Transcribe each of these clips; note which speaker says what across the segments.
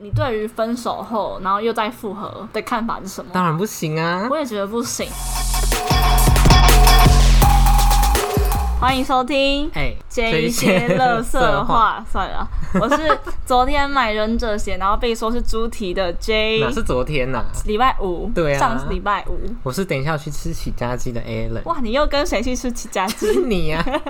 Speaker 1: 你对于分手后，然后又再复合的看法是什么？
Speaker 2: 当然不行啊！
Speaker 1: 我也觉得不行。欢迎收听
Speaker 2: 哎，
Speaker 1: 这一些乐色话，算了，我是昨天买忍者鞋，然后被说是猪蹄的 J，
Speaker 2: 哪是昨天呐、
Speaker 1: 礼拜五，
Speaker 2: 对啊
Speaker 1: 上礼拜五。
Speaker 2: 我是等一下要去吃起家鸡的 Alan，
Speaker 1: 哇，你又跟谁去吃 起家鸡？
Speaker 2: 是你啊呀、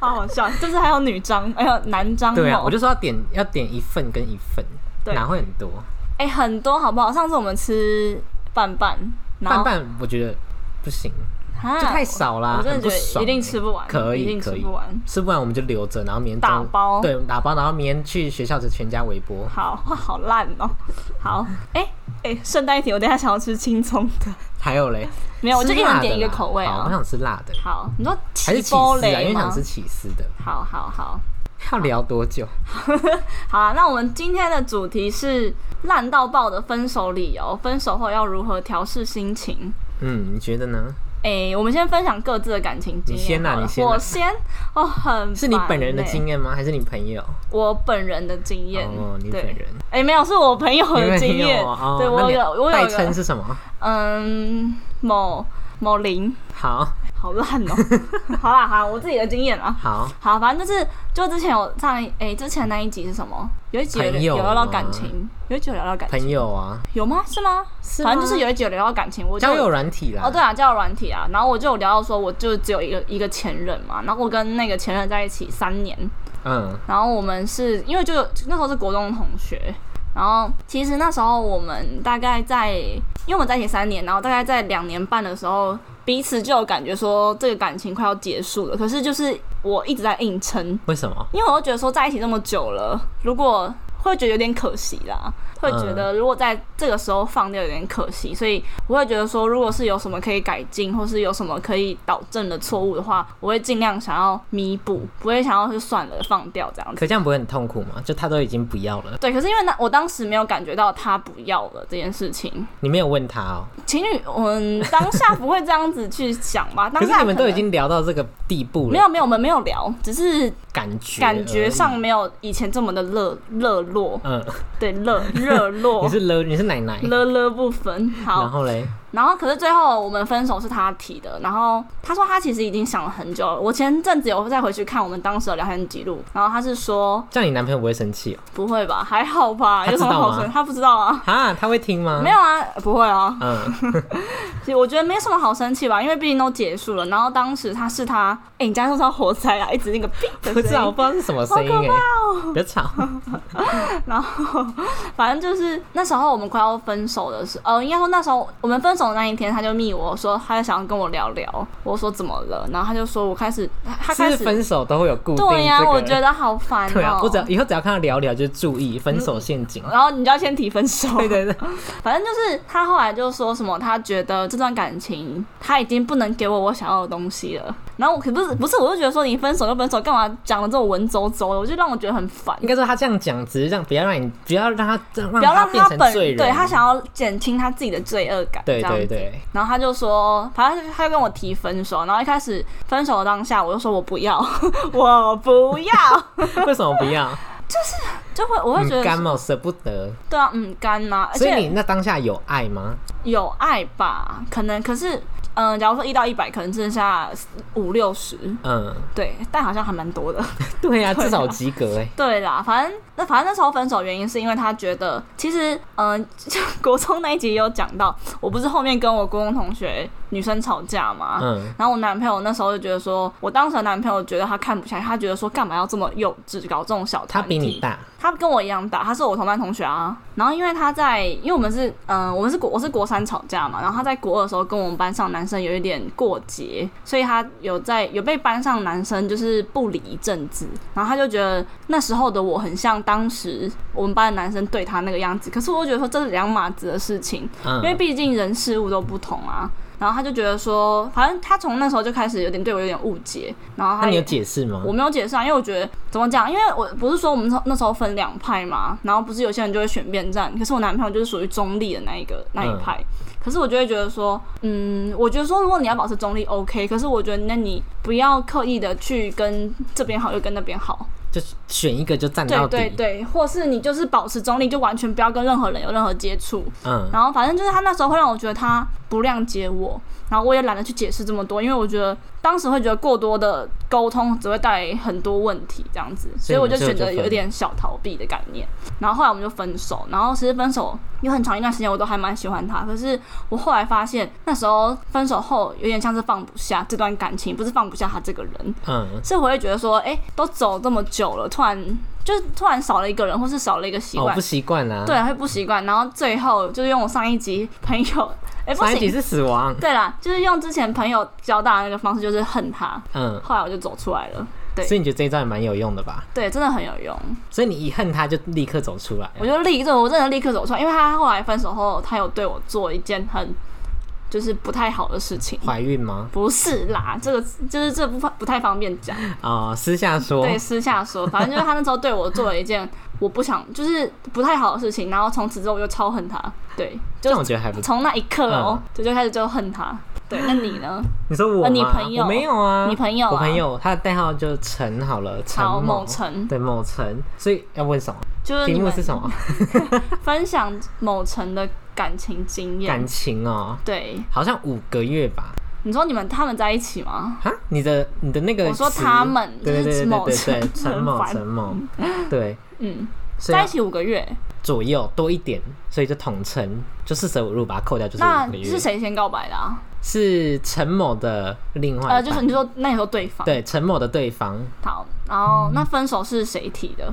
Speaker 1: 好好笑，这次还有女张，还有男张
Speaker 2: 对啊，
Speaker 1: 某
Speaker 2: 我就说要点要点一份跟一份，
Speaker 1: 哦对
Speaker 2: 哪会很多？
Speaker 1: 哎、很多好不好？上次我们吃拌拌，然
Speaker 2: 半
Speaker 1: 后
Speaker 2: 半我觉得不行，
Speaker 1: 啊
Speaker 2: 就太少啦，
Speaker 1: 我真
Speaker 2: 很
Speaker 1: 的
Speaker 2: 不
Speaker 1: 觉得
Speaker 2: 爽
Speaker 1: 一定
Speaker 2: 欸
Speaker 1: 吃不完，
Speaker 2: 可以
Speaker 1: 一定吃
Speaker 2: 可以
Speaker 1: 不完。
Speaker 2: 吃不完我们就留着，然后明天
Speaker 1: 打
Speaker 2: 中
Speaker 1: 包
Speaker 2: 对打包，然后明天去学校的全家微波。
Speaker 1: 好，哇，好烂哦。好，哎、哎，顺、带一提，我等一下想要吃青葱的，
Speaker 2: 还有嘞，
Speaker 1: 没有，哎我就一
Speaker 2: 吃辣
Speaker 1: 人
Speaker 2: 的
Speaker 1: 点一个
Speaker 2: 啦
Speaker 1: 口味
Speaker 2: 好我
Speaker 1: 啊。
Speaker 2: 想吃辣的，
Speaker 1: 好，你说
Speaker 2: 还
Speaker 1: 起
Speaker 2: 是起司
Speaker 1: 包
Speaker 2: 啊？
Speaker 1: 雷
Speaker 2: 因为
Speaker 1: 吗
Speaker 2: 想吃起司的。
Speaker 1: 好好好，
Speaker 2: 要聊多久？
Speaker 1: 好啦，那我们今天的主题是烂到爆的分手理由，分手后要如何调试心情？
Speaker 2: 嗯，你觉得呢？
Speaker 1: 哎、我们先分享各自的感情经验。
Speaker 2: 你先啦
Speaker 1: 好了
Speaker 2: 你先啦啊
Speaker 1: 我先。哦，很
Speaker 2: 是你
Speaker 1: 烦
Speaker 2: 本人的
Speaker 1: 欸
Speaker 2: 经验吗？还是你朋友？
Speaker 1: 我本人的经验。
Speaker 2: 哦，你
Speaker 1: 对
Speaker 2: 本人
Speaker 1: 哎、没有，是我朋友的经
Speaker 2: 你
Speaker 1: 验。
Speaker 2: 有哦、
Speaker 1: 对
Speaker 2: 那
Speaker 1: 我
Speaker 2: 你
Speaker 1: 有，我有
Speaker 2: 代
Speaker 1: 一
Speaker 2: 称
Speaker 1: 个，
Speaker 2: 是什么？
Speaker 1: 嗯，某某林，
Speaker 2: 好
Speaker 1: 好烂哦、 好啦，好，我自己的经验啊。
Speaker 2: 好，
Speaker 1: 好，反正就是，就之前有上一，哎、之前那一集是什么？有一集有
Speaker 2: 朋友
Speaker 1: 有聊到
Speaker 2: 吗
Speaker 1: 感情，有一集有聊到感情，
Speaker 2: 朋友啊，
Speaker 1: 有吗？是吗？
Speaker 2: 是
Speaker 1: 反正
Speaker 2: 吗
Speaker 1: 就是有一集有聊到感情，我就
Speaker 2: 交友软体啦。
Speaker 1: 哦，对啊，交友软体啊。然后我就有聊到说，我就只有一个一个前任嘛，然后我跟那个前任在一起三年，
Speaker 2: 嗯，
Speaker 1: 然后我们是因为就有那时候是国中同学，然后其实那时候我们大概在，因为我们在一起三年，然后大概在两年半的时候，彼此就有感觉说这个感情快要结束了，可是就是我一直在硬撑，
Speaker 2: 为什么？
Speaker 1: 因为我就觉得说在一起这么久了，如果会觉得有点可惜啦，会觉得如果在这个时候放掉有点可惜，所以我会觉得说，如果是有什么可以改进，或是有什么可以导正的错误的话，我会尽量想要弥补，不会想要就算了放掉这样子。
Speaker 2: 可这样不会很痛苦吗？就他都已经不要了，
Speaker 1: 对，可是因为那我当时没有感觉到他不要了这件事情，
Speaker 2: 你没有问他哦。
Speaker 1: 情侣嗯当下不会这样子去想吧，当
Speaker 2: 可是
Speaker 1: 下
Speaker 2: 你们
Speaker 1: 可
Speaker 2: 都已
Speaker 1: 能
Speaker 2: 经聊到这个地步了，
Speaker 1: 没有没有我们没有聊，只是
Speaker 2: 感觉
Speaker 1: 感觉上
Speaker 2: 而已，
Speaker 1: 没有以前这么的热热络，
Speaker 2: 嗯，
Speaker 1: 对热热络，
Speaker 2: 你是了，你是奶奶，
Speaker 1: 乐乐不分。
Speaker 2: 然
Speaker 1: 好，
Speaker 2: 后嘞，
Speaker 1: 然后可是最后我们分手是他提的，然后他说他其实已经想了很久了。我前阵子有再回去看我们当时的聊天记录，然后他是说
Speaker 2: 这样你男朋友不会生气哦？
Speaker 1: 不会吧，还好吧，
Speaker 2: 他
Speaker 1: 有
Speaker 2: 知
Speaker 1: 什
Speaker 2: 道
Speaker 1: 么
Speaker 2: 吗嗯
Speaker 1: 好生？他不知道啊。
Speaker 2: 哈，他会听吗？
Speaker 1: 没有啊，不会啊。
Speaker 2: 嗯，
Speaker 1: 其实我觉得没什么好生气吧，因为毕竟都结束了。然后当时他是他，哎、你家说他活塞啊，一直那个哔的
Speaker 2: 不知
Speaker 1: 声
Speaker 2: 道，
Speaker 1: 音
Speaker 2: 我不知道是什么声音哎、别吵，
Speaker 1: 然后反正就是那时候我们快要分手的时候，呃，应该说那时候我们分手的那一天，他就密我说，他就想要跟我聊聊。我说怎么了？然后他就说我开始，他他
Speaker 2: 是
Speaker 1: 开
Speaker 2: 不
Speaker 1: 始
Speaker 2: 是分手都会有固定
Speaker 1: 对呀、
Speaker 2: 这个
Speaker 1: 我觉得好烦
Speaker 2: 对啊
Speaker 1: 哦、，
Speaker 2: 我只要以后只要看到聊聊就注意分手陷阱。
Speaker 1: 然后你就要先提分手。
Speaker 2: 对对对，
Speaker 1: 反正就是他后来就说什么，他觉得这段感情他已经不能给我我想要的东西了。然后我可不是不是，我就觉得说你分手就分手，干嘛讲的这种文绉绉的，我就让我觉得很烦
Speaker 2: 应。该说他这样讲，只是让不要让你不要让他让
Speaker 1: 不要
Speaker 2: 他
Speaker 1: 让
Speaker 2: 变
Speaker 1: 他
Speaker 2: 成
Speaker 1: 本
Speaker 2: 罪人，
Speaker 1: 对他想要减轻他自己的罪恶感，
Speaker 2: 对
Speaker 1: 这样
Speaker 2: 对
Speaker 1: 子
Speaker 2: 对，
Speaker 1: 然后他就说，反正他就跟我提分手，然后一开始分手的当下，我就说我不要， 我不 要，
Speaker 2: 为什么不要？
Speaker 1: 就会 我会觉
Speaker 2: 嗯，
Speaker 1: 得、
Speaker 2: 干嘛舍不得？
Speaker 1: 对啊，嗯，干呐、而
Speaker 2: 所以你
Speaker 1: 且
Speaker 2: 那当下有爱吗？
Speaker 1: 有爱吧，可能可是。嗯，假如说一到一百，可能剩下五六十，
Speaker 2: 嗯，
Speaker 1: 对，但好像还蛮多的。
Speaker 2: 对
Speaker 1: 啊
Speaker 2: 呀、至少及格哎、
Speaker 1: 对啦，反正那反正那时候分手原因是因为他觉得，其实嗯、就 国中那一集也有讲到，我不是后面跟我国中同学女生吵架嘛，
Speaker 2: 嗯，
Speaker 1: 然后我男朋友那时候就觉得说，我当时的男朋友觉得他看不下去，他觉得说干嘛要这么幼稚，搞这种小
Speaker 2: 他
Speaker 1: 团体
Speaker 2: 比你，大，
Speaker 1: 他跟我一样大，他是我同班同学啊。然后因为他在，因为我们是，嗯、我们是国我是国三吵架嘛，然后他在国二的时候跟我们班上男生有一点过节，所以他有在有被班上男生就是不理一阵子，然后他就觉得那时候的我很像当时我们班的男生对他那个样子，可是我就觉得说这是两码子的事情，因为
Speaker 2: 嗯，
Speaker 1: 毕竟人事物都不同啊。然后他就觉得说，反正他从那时候就开始有点对我有点误解，然后
Speaker 2: 那
Speaker 1: 他
Speaker 2: 你有
Speaker 1: 也。
Speaker 2: 解释吗
Speaker 1: 我？没有解释啊，因为我觉得怎么讲，因为我不是说我们那时候分两派嘛，然后不是有些人就会选边站，可是我男朋友就是属于中立的那一个那一派，可是我就会觉得说，嗯，我觉得说如果你要保持中立，OK，可是我觉得那你不要刻意的去跟这边好又跟那边好，
Speaker 2: 就是选一个就站
Speaker 1: 对
Speaker 2: 到
Speaker 1: 对
Speaker 2: 底，
Speaker 1: 对，或是你就是保持中立，就完全不要跟任何人有任何接触。
Speaker 2: 嗯，
Speaker 1: 然后反正就是他那时候会让我觉得他不谅解我，然后我也懒得去解释这么多，因为我觉得当时会觉得过多的沟通只会带来很多问题这样子，所
Speaker 2: 所以
Speaker 1: 以我
Speaker 2: 你们
Speaker 1: 就
Speaker 2: 最后
Speaker 1: 选择
Speaker 2: 就
Speaker 1: 有一
Speaker 2: 分
Speaker 1: 点小逃避的概念。然后后来我们就分手，然后其实分手有很长一段时间我都还蛮喜欢他，可是我后来发现那时候分手后有点像是放不下这段感情，不是放不下他这个人，
Speaker 2: 嗯，
Speaker 1: 是我会觉得说，哎、都走这么久了，突然就是突然少了一个人，或是少了一个习
Speaker 2: 哦，
Speaker 1: 惯
Speaker 2: 不，习惯啦。
Speaker 1: 对，，会不习惯。然后最后就是用我上一集朋友，哎、不
Speaker 2: 上一集
Speaker 1: 行，
Speaker 2: 是死亡，
Speaker 1: 对啦，就是用之前朋友教大的那个方式，就是恨他。
Speaker 2: 嗯，
Speaker 1: 后来我就走出来了，对
Speaker 2: 所以你觉得这一招也蛮有用的吧？
Speaker 1: 对，真的很有用。
Speaker 2: 所以你一恨他就立刻走出来，
Speaker 1: 我就立这，我真的立刻走出来，因为他后来分手后，他有对我做一件很就是不太好的事情。
Speaker 2: 怀孕吗？
Speaker 1: 不是啦，这个就是这部分不太方便讲。
Speaker 2: 哦，私下说，
Speaker 1: 对，私下说，反正就是他那时候对我做了一件我不想，就是不太好的事情，然后从此之后我就超恨他。对，就
Speaker 2: 这样我觉得还不错。
Speaker 1: 从那一刻哦、
Speaker 2: 嗯
Speaker 1: 就就开始就恨他。对，那你呢？
Speaker 2: 你说我
Speaker 1: 呃
Speaker 2: 吗？
Speaker 1: 你朋友
Speaker 2: 我没有啊，
Speaker 1: 你朋友啊
Speaker 2: 我朋友他的代号就陈好了，陈
Speaker 1: 好，
Speaker 2: 某
Speaker 1: 某，城，
Speaker 2: 对某陈，所以要问什么？
Speaker 1: 就是
Speaker 2: 题
Speaker 1: 你
Speaker 2: 目
Speaker 1: 们
Speaker 2: 是什么？
Speaker 1: 分享某城的感情经验
Speaker 2: 感。情哦，
Speaker 1: 对，
Speaker 2: 好像五个月吧？
Speaker 1: 你说你们他们在一起吗？
Speaker 2: 哈，你的你的那个词，
Speaker 1: 我说他们
Speaker 2: 对
Speaker 1: 就
Speaker 2: 对
Speaker 1: 是
Speaker 2: 对
Speaker 1: 某
Speaker 2: 对
Speaker 1: 陈
Speaker 2: 对对，陈
Speaker 1: 很
Speaker 2: 某
Speaker 1: 烦
Speaker 2: 陈某，对，
Speaker 1: 嗯，
Speaker 2: 所以
Speaker 1: 在一起五个月，
Speaker 2: 左右多一点，所以就统称，就四舍五入把它扣掉就是
Speaker 1: 那
Speaker 2: 五个月。
Speaker 1: 是谁先告白的啊？
Speaker 2: 是陈某的另外
Speaker 1: 呃，
Speaker 2: 一半
Speaker 1: 就是你说那你说对方
Speaker 2: 对嗯陈某的对方
Speaker 1: 好，然后那分手是谁提的？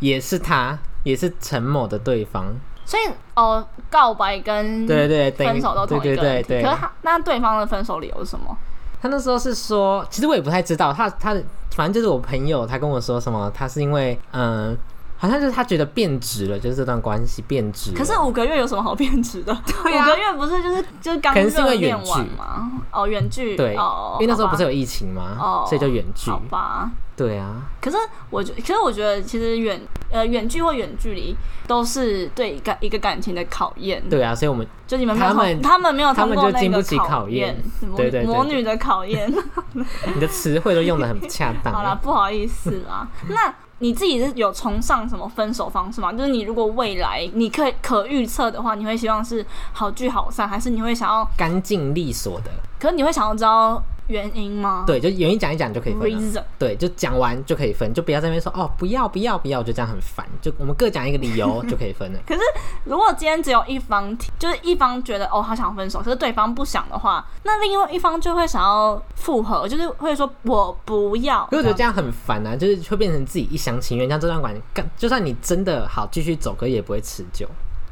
Speaker 2: 也是他，也是陈某的对方。
Speaker 1: 所以哦，告白跟
Speaker 2: 对对对，等
Speaker 1: 分
Speaker 2: 于
Speaker 1: 手都同
Speaker 2: 对
Speaker 1: 一
Speaker 2: 对
Speaker 1: 个人
Speaker 2: 对
Speaker 1: 提
Speaker 2: 对
Speaker 1: 可。是他那对方的分手理由是什么？
Speaker 2: 他那时候是说，其实我也不太知道，他他的反正就是我朋友，他跟我说什么，他是因为嗯。好像就是他觉得变质了，就是这段关系变质了。
Speaker 1: 可是五个月有什么好变质 的？
Speaker 2: 啊
Speaker 1: 五个月不是就是就是刚
Speaker 2: 可能是因
Speaker 1: 热
Speaker 2: 为
Speaker 1: 恋
Speaker 2: 远距
Speaker 1: 完吗？哦，远距
Speaker 2: 对，
Speaker 1: 哦，
Speaker 2: 因为那时候不是
Speaker 1: 有
Speaker 2: 有疫情嘛，
Speaker 1: 哦
Speaker 2: 所以就远距
Speaker 1: 好。吧？
Speaker 2: 对啊，
Speaker 1: 可是我觉，可是我觉得其实远呃远距或远距离都是对一个一个感情的考验。，
Speaker 2: 对啊，所以我们
Speaker 1: 就你们没有
Speaker 2: 他们
Speaker 1: 通他们没有通
Speaker 2: 他
Speaker 1: 过
Speaker 2: 们就
Speaker 1: 那
Speaker 2: 经不
Speaker 1: 个
Speaker 2: 起
Speaker 1: 考
Speaker 2: 考验
Speaker 1: 魔
Speaker 2: 对对对
Speaker 1: 魔女的考验。
Speaker 2: 你的词汇都用的很恰 当。
Speaker 1: 好啦，不好意思啦。 那你自己是有崇尚什么分手方式吗？就是你如果未来你可以可预测的话，你会希望是好聚好散，还是你会想要？
Speaker 2: 干净利索的，
Speaker 1: 可是你会想要知道原因吗？
Speaker 2: 对，就原因讲一讲就可以分了。
Speaker 1: ，reason。
Speaker 2: 对，就讲完就可以分，就不要在那边说哦，不要不要不要，就这样很烦。就我们各讲一个理由就可以分了。
Speaker 1: 如果今天只有一方提，就是一方觉得哦他想分手，可是对方不想的话，那另外一方就会想要复合，就是会说我不要。
Speaker 2: 因为我觉得这样很烦啊，就是会变成自己一厢情愿，像这段感干，就算你真的好继续走，可是也不会持久，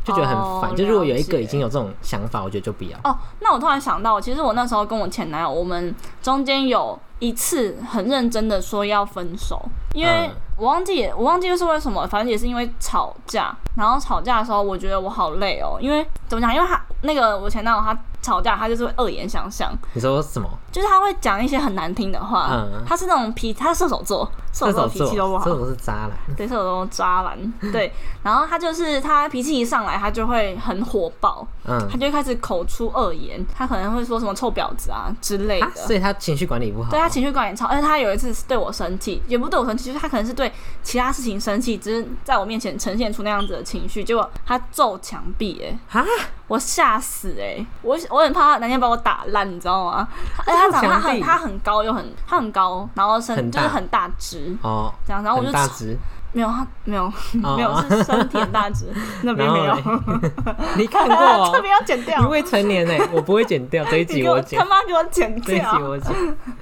Speaker 2: 就觉得很烦。
Speaker 1: 哦
Speaker 2: 就如果有一
Speaker 1: 了
Speaker 2: 个
Speaker 1: 解
Speaker 2: 已经有这种想法，我觉得就不要。
Speaker 1: 哦，那我突然想到，其实我那时候跟我前男友，我们中间有一次很认真的说要分手，因为
Speaker 2: 嗯
Speaker 1: 我忘记也我忘记是为什么，反正也是因为吵架。然后吵架的时候，我觉得我好累哦，因为怎么讲？因为他那个我前男友他吵架，他就是会恶言相向，
Speaker 2: 你说什么？
Speaker 1: 就是他会讲一些很难听的话。
Speaker 2: 嗯
Speaker 1: 他是那种脾，他是射手座，射
Speaker 2: 射
Speaker 1: 手座
Speaker 2: 手
Speaker 1: 脾
Speaker 2: 座，
Speaker 1: 气都不
Speaker 2: 射
Speaker 1: 好。
Speaker 2: 手座是渣男。
Speaker 1: 对，射手座渣 男，对，然后他就是他脾气一上来，他就会很火爆，
Speaker 2: 嗯
Speaker 1: 他，就会开始口出恶言，他可能会说什么臭婊子啊之类
Speaker 2: 啊所
Speaker 1: 的。
Speaker 2: 以他情绪管理不好。
Speaker 1: 对啊他情绪管理超，而且他有一次是对我生气，也不是对我生气，就是他可能是对其他事情生气，只是在我面前呈现出那样子的情绪，结果他揍墙壁、欸，
Speaker 2: 哈，
Speaker 1: 我吓死哎、我我很怕他哪天把我打烂，你知道吗？而且他长他
Speaker 2: 揍墙
Speaker 1: 很
Speaker 2: 壁
Speaker 1: 他很高又很他很高，然后身
Speaker 2: 很
Speaker 1: 就
Speaker 2: 大
Speaker 1: 是很大只
Speaker 2: 哦，
Speaker 1: 这样，然后我就
Speaker 2: 很大只，
Speaker 1: 没有他没有
Speaker 2: 哦
Speaker 1: 没有是身体很大 只，那边没有
Speaker 2: 然，后嘞 你看过哦？
Speaker 1: 这边要剪掉
Speaker 2: 你，未成年呢，我不会剪掉这一
Speaker 1: 你
Speaker 2: 集，
Speaker 1: 给我
Speaker 2: 我剪
Speaker 1: 他。妈给我剪啊
Speaker 2: 这一
Speaker 1: 掉
Speaker 2: 集。我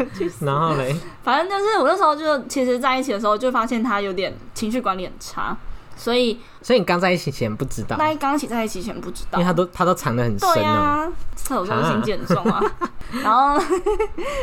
Speaker 2: 剪， 然后嘞，
Speaker 1: 反正就是我那时候就其实在一起的时候就发现他有点情绪管理很差，所以
Speaker 2: 所以你刚在一起前不知道，
Speaker 1: 那刚起在一起前不知
Speaker 2: 因
Speaker 1: 道
Speaker 2: 为。他都他都藏得很深
Speaker 1: 对啊呀、
Speaker 2: 哦。
Speaker 1: 射手座心机很重 啊。然后，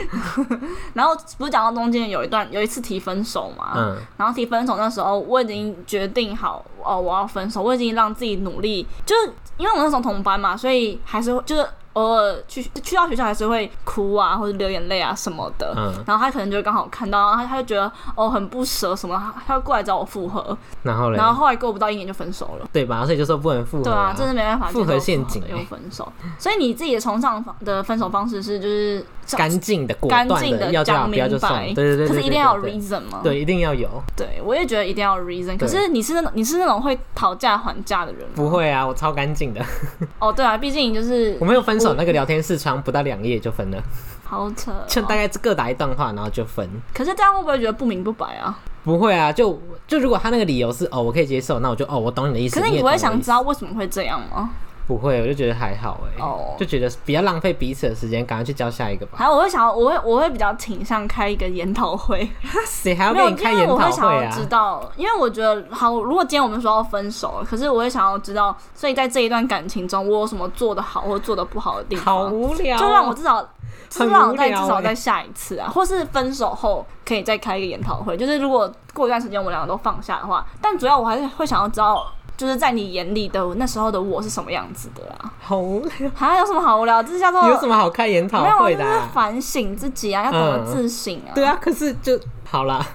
Speaker 1: 然后不是讲到中间有一段有一次提分手嘛，
Speaker 2: 嗯，
Speaker 1: 然后提分手那时候，我已经决定好哦，我要分手，我已经让自己努力，就是因为我们那时候同班嘛，所以还是会就是偶尔去去到学校还是会哭啊，或者流眼泪啊什么的。
Speaker 2: 嗯
Speaker 1: 然后他可能就刚好看到，然后他他就觉得哦很不舍什么，他他就过来找我复合，
Speaker 2: 然后嘞，
Speaker 1: 然后后来过不到一年就分手了。
Speaker 2: 对吧？所以就说不能复合
Speaker 1: 对啊啊，真是没办法，
Speaker 2: 复合陷阱欸
Speaker 1: 又分手。所以你自己的崇尚的分手方式是，就是
Speaker 2: 干净的、果
Speaker 1: 干
Speaker 2: 断
Speaker 1: 净
Speaker 2: 的，
Speaker 1: 的
Speaker 2: 要就好，
Speaker 1: 讲
Speaker 2: 不
Speaker 1: 明
Speaker 2: 要就算
Speaker 1: 白。
Speaker 2: 了。对对对对对
Speaker 1: 可是一定要有
Speaker 2: 对
Speaker 1: reason 吗？
Speaker 2: 对，一定要有。
Speaker 1: 对，我也觉得一定要有 reason。可
Speaker 2: 对
Speaker 1: 是你是那种你是那种会讨价还价的人吗？
Speaker 2: 不会啊，我超干净的。
Speaker 1: 哦，对啊，毕竟就是
Speaker 2: 我没有分手，那个聊天室窗不到两页就分了，
Speaker 1: 好扯哦、
Speaker 2: 就大概各打一段话，然后就分。
Speaker 1: 可是这样会不会觉得不明不白啊？
Speaker 2: 不会啊，就就如果他那个理由是哦，我可以接受，那我就哦，我懂你的意思。
Speaker 1: 可是你
Speaker 2: 你也
Speaker 1: 不
Speaker 2: 懂我
Speaker 1: 会
Speaker 2: 的意
Speaker 1: 想
Speaker 2: 思
Speaker 1: 知道为什么会这样吗？
Speaker 2: 不会，我就觉得还好哎、
Speaker 1: 哦
Speaker 2: 就觉得比较浪费彼此的时间，赶快去交下一个 吧。
Speaker 1: 还有，我会想要，我会我会比较倾向开一个研讨会，
Speaker 2: 谁还要
Speaker 1: 没
Speaker 2: 跟
Speaker 1: 有，
Speaker 2: 你开
Speaker 1: 因为
Speaker 2: 研
Speaker 1: 我
Speaker 2: 讨
Speaker 1: 会想
Speaker 2: 会
Speaker 1: 要
Speaker 2: 啊
Speaker 1: 知？道，因为我觉得好，如果今天我们说要分手了，可是我会想要知道，所以在这一段感情中，我有什么做的好或做的不好啊的地
Speaker 2: 好
Speaker 1: 方，
Speaker 2: 无聊、哦，
Speaker 1: 就让我至少。至
Speaker 2: 很
Speaker 1: 少
Speaker 2: 无
Speaker 1: 在至
Speaker 2: 聊
Speaker 1: 少
Speaker 2: 欸
Speaker 1: 在下一次啊，或是分手后可以再开一个研讨会。就是如果过一段时间我们两个都放下的话，但主要我还是会想要知道，就是在你眼里的那时候的我是什么样子的啦。
Speaker 2: 好无 聊，
Speaker 1: 还有什么好无聊？这是叫做
Speaker 2: 有什么好开研讨
Speaker 1: 哦没有，
Speaker 2: 会
Speaker 1: 就
Speaker 2: 的、
Speaker 1: 是
Speaker 2: 啊？
Speaker 1: 反省自己啊，要懂得自省啊。
Speaker 2: 对啊，可是就 好啦，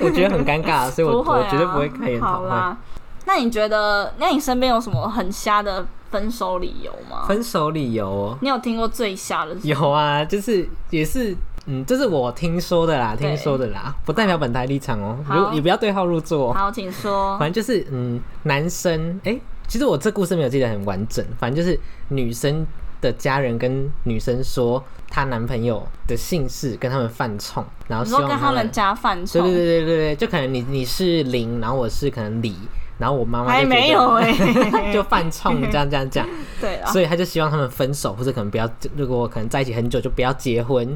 Speaker 2: 我觉得很尴尬，所以我、
Speaker 1: 不会、啊，
Speaker 2: 我绝对不会开研讨
Speaker 1: 好
Speaker 2: 会。
Speaker 1: 啦，那你觉得，那你身边有什么很瞎的分手理由吗？
Speaker 2: 分手理由、哦、
Speaker 1: 你有听过最瞎的？
Speaker 2: 有啊，就是也是。嗯，这是我听说的啦，
Speaker 1: 对
Speaker 2: 听说的啦，不代表本台立场哦、
Speaker 1: 好
Speaker 2: 如果也不要对号入座、哦。
Speaker 1: 好，请说。
Speaker 2: 反正就是嗯，男生哎、其实我这故事没有记得很完整，反正就是女生的家人跟女生说她男朋友的姓氏跟他们犯冲，然后
Speaker 1: 你
Speaker 2: 希
Speaker 1: 说
Speaker 2: 望
Speaker 1: 跟他们加饭
Speaker 2: 对
Speaker 1: 冲，
Speaker 2: 对对对对对，就可能你你是林，然后我是可能李，然后我妈妈
Speaker 1: 还
Speaker 2: 就觉得
Speaker 1: 没有 哎、
Speaker 2: 就犯 冲这样这样这样，
Speaker 1: 对啊，
Speaker 2: 所以他就希望他们分手，或者可能不要，如果可能在一起很久就不要结婚，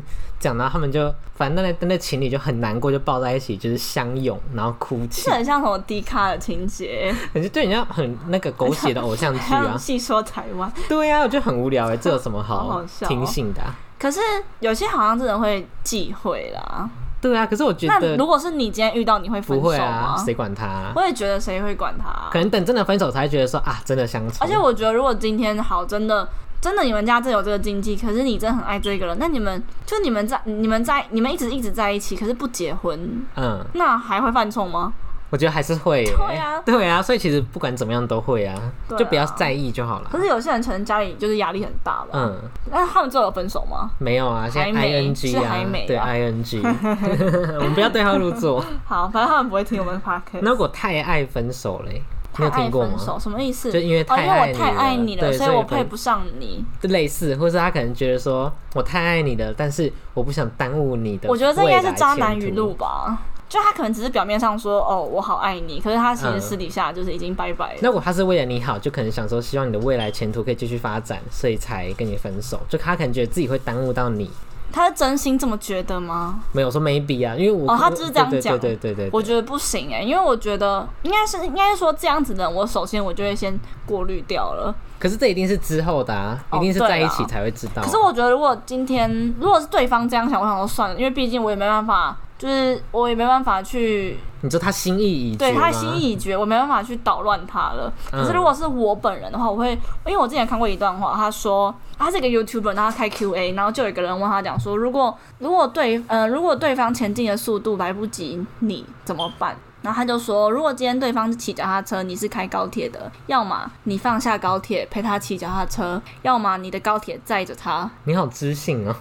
Speaker 2: 这样，然后他们就反正那那那情侣就很难过，就抱在一起就是相拥，然后哭泣
Speaker 1: 这，很像什么低咖的情节，
Speaker 2: 可是对人家很那个狗血的偶像剧
Speaker 1: 还 有
Speaker 2: 啊。
Speaker 1: 细说台湾。
Speaker 2: 对啊，我觉得很无聊哎，这有什么
Speaker 1: 好
Speaker 2: 好
Speaker 1: 好笑哦
Speaker 2: 听信的、啊？
Speaker 1: 可是有些好像真的会忌讳啦。
Speaker 2: 对啊，可是我觉
Speaker 1: 那
Speaker 2: 得
Speaker 1: 如果是你今天遇到，你会分手
Speaker 2: 不会
Speaker 1: 吗？
Speaker 2: 啊，谁管他、啊？
Speaker 1: 我也觉得谁会管他、啊？
Speaker 2: 可能等真的分手才觉得说啊，真的相处。
Speaker 1: 而且我觉得，如果今天好，真的真的你们家真有这个经济，可是你真的很爱这个人，那你们就你们在你们在你们一直一直在一起，可是不结婚，
Speaker 2: 嗯，
Speaker 1: 那还会犯冲吗？
Speaker 2: 我觉得还是会、欸。
Speaker 1: 对啊
Speaker 2: 对啊，所以其实不管怎么样都会啊，
Speaker 1: 对啊
Speaker 2: 就不要在意就好了
Speaker 1: 可。是有些人可能家里就是压力很大吧，
Speaker 2: 嗯，
Speaker 1: 那他们最后有分手吗？
Speaker 2: 没有啊，现在
Speaker 1: 还
Speaker 2: I
Speaker 1: 没
Speaker 2: N G
Speaker 1: 是还
Speaker 2: 啊
Speaker 1: 没，啊
Speaker 2: 对 I N G，我们不要对号入座。
Speaker 1: 好，反正他们不会听我 们 p o d c a
Speaker 2: 那如果太爱分手嘞，你
Speaker 1: 太
Speaker 2: 有听
Speaker 1: 爱
Speaker 2: 过
Speaker 1: 分
Speaker 2: 吗？
Speaker 1: 手什么意思？
Speaker 2: 就因为太
Speaker 1: 哦，因为我太爱
Speaker 2: 爱
Speaker 1: 你
Speaker 2: 你
Speaker 1: 了，
Speaker 2: 了对
Speaker 1: 所以我
Speaker 2: 所以
Speaker 1: 配不上你。
Speaker 2: 类似，或是他可能觉得说我太爱你了，但是我不想耽误你的。
Speaker 1: 我觉得这应该是渣男语录。吧。就他可能只是表面上说哦我好爱你，可是他其实
Speaker 2: 嗯
Speaker 1: 私底下就是已经拜拜了。
Speaker 2: 那如果他是为了你好，就可能想说希望你的未来前途可以继续发展，所以才跟你分手。就他可能觉得自己会耽误到你，
Speaker 1: 他是真心这么觉得吗？
Speaker 2: 没有我说 maybe 啊，因为我
Speaker 1: 哦他只是这样
Speaker 2: 对
Speaker 1: 讲
Speaker 2: 对对对对对，
Speaker 1: 我觉得不行哎、因为我觉得应该是应该是说这样子的人，我首先我就会先过滤掉了。
Speaker 2: 可是这一定是之后的啊，
Speaker 1: 哦
Speaker 2: 一定是在一
Speaker 1: 对
Speaker 2: 起
Speaker 1: 啦
Speaker 2: 才会知道。啊
Speaker 1: 可是我觉得如果今天如果是对方这样想，我想说算了，因为毕竟我也没办法，就是我也没办法去
Speaker 2: 你说他心意已决
Speaker 1: 对
Speaker 2: 吗
Speaker 1: 他心意已决，我没办法去捣乱他了。
Speaker 2: 嗯
Speaker 1: 可是如果是我本人的话，我会，因为我之前看过一段话，他说他是一个 YouTuber，然后他开 QA，然后就有一个人问他讲说，如果如果对，呃，如果对方前进的速度来不及你怎么办？然后他就说，如果今天对方是骑脚踏车，你是开高铁的，要么你放下高铁陪他骑脚踏车，要么你的高铁载着他。
Speaker 2: 你好知性 哦。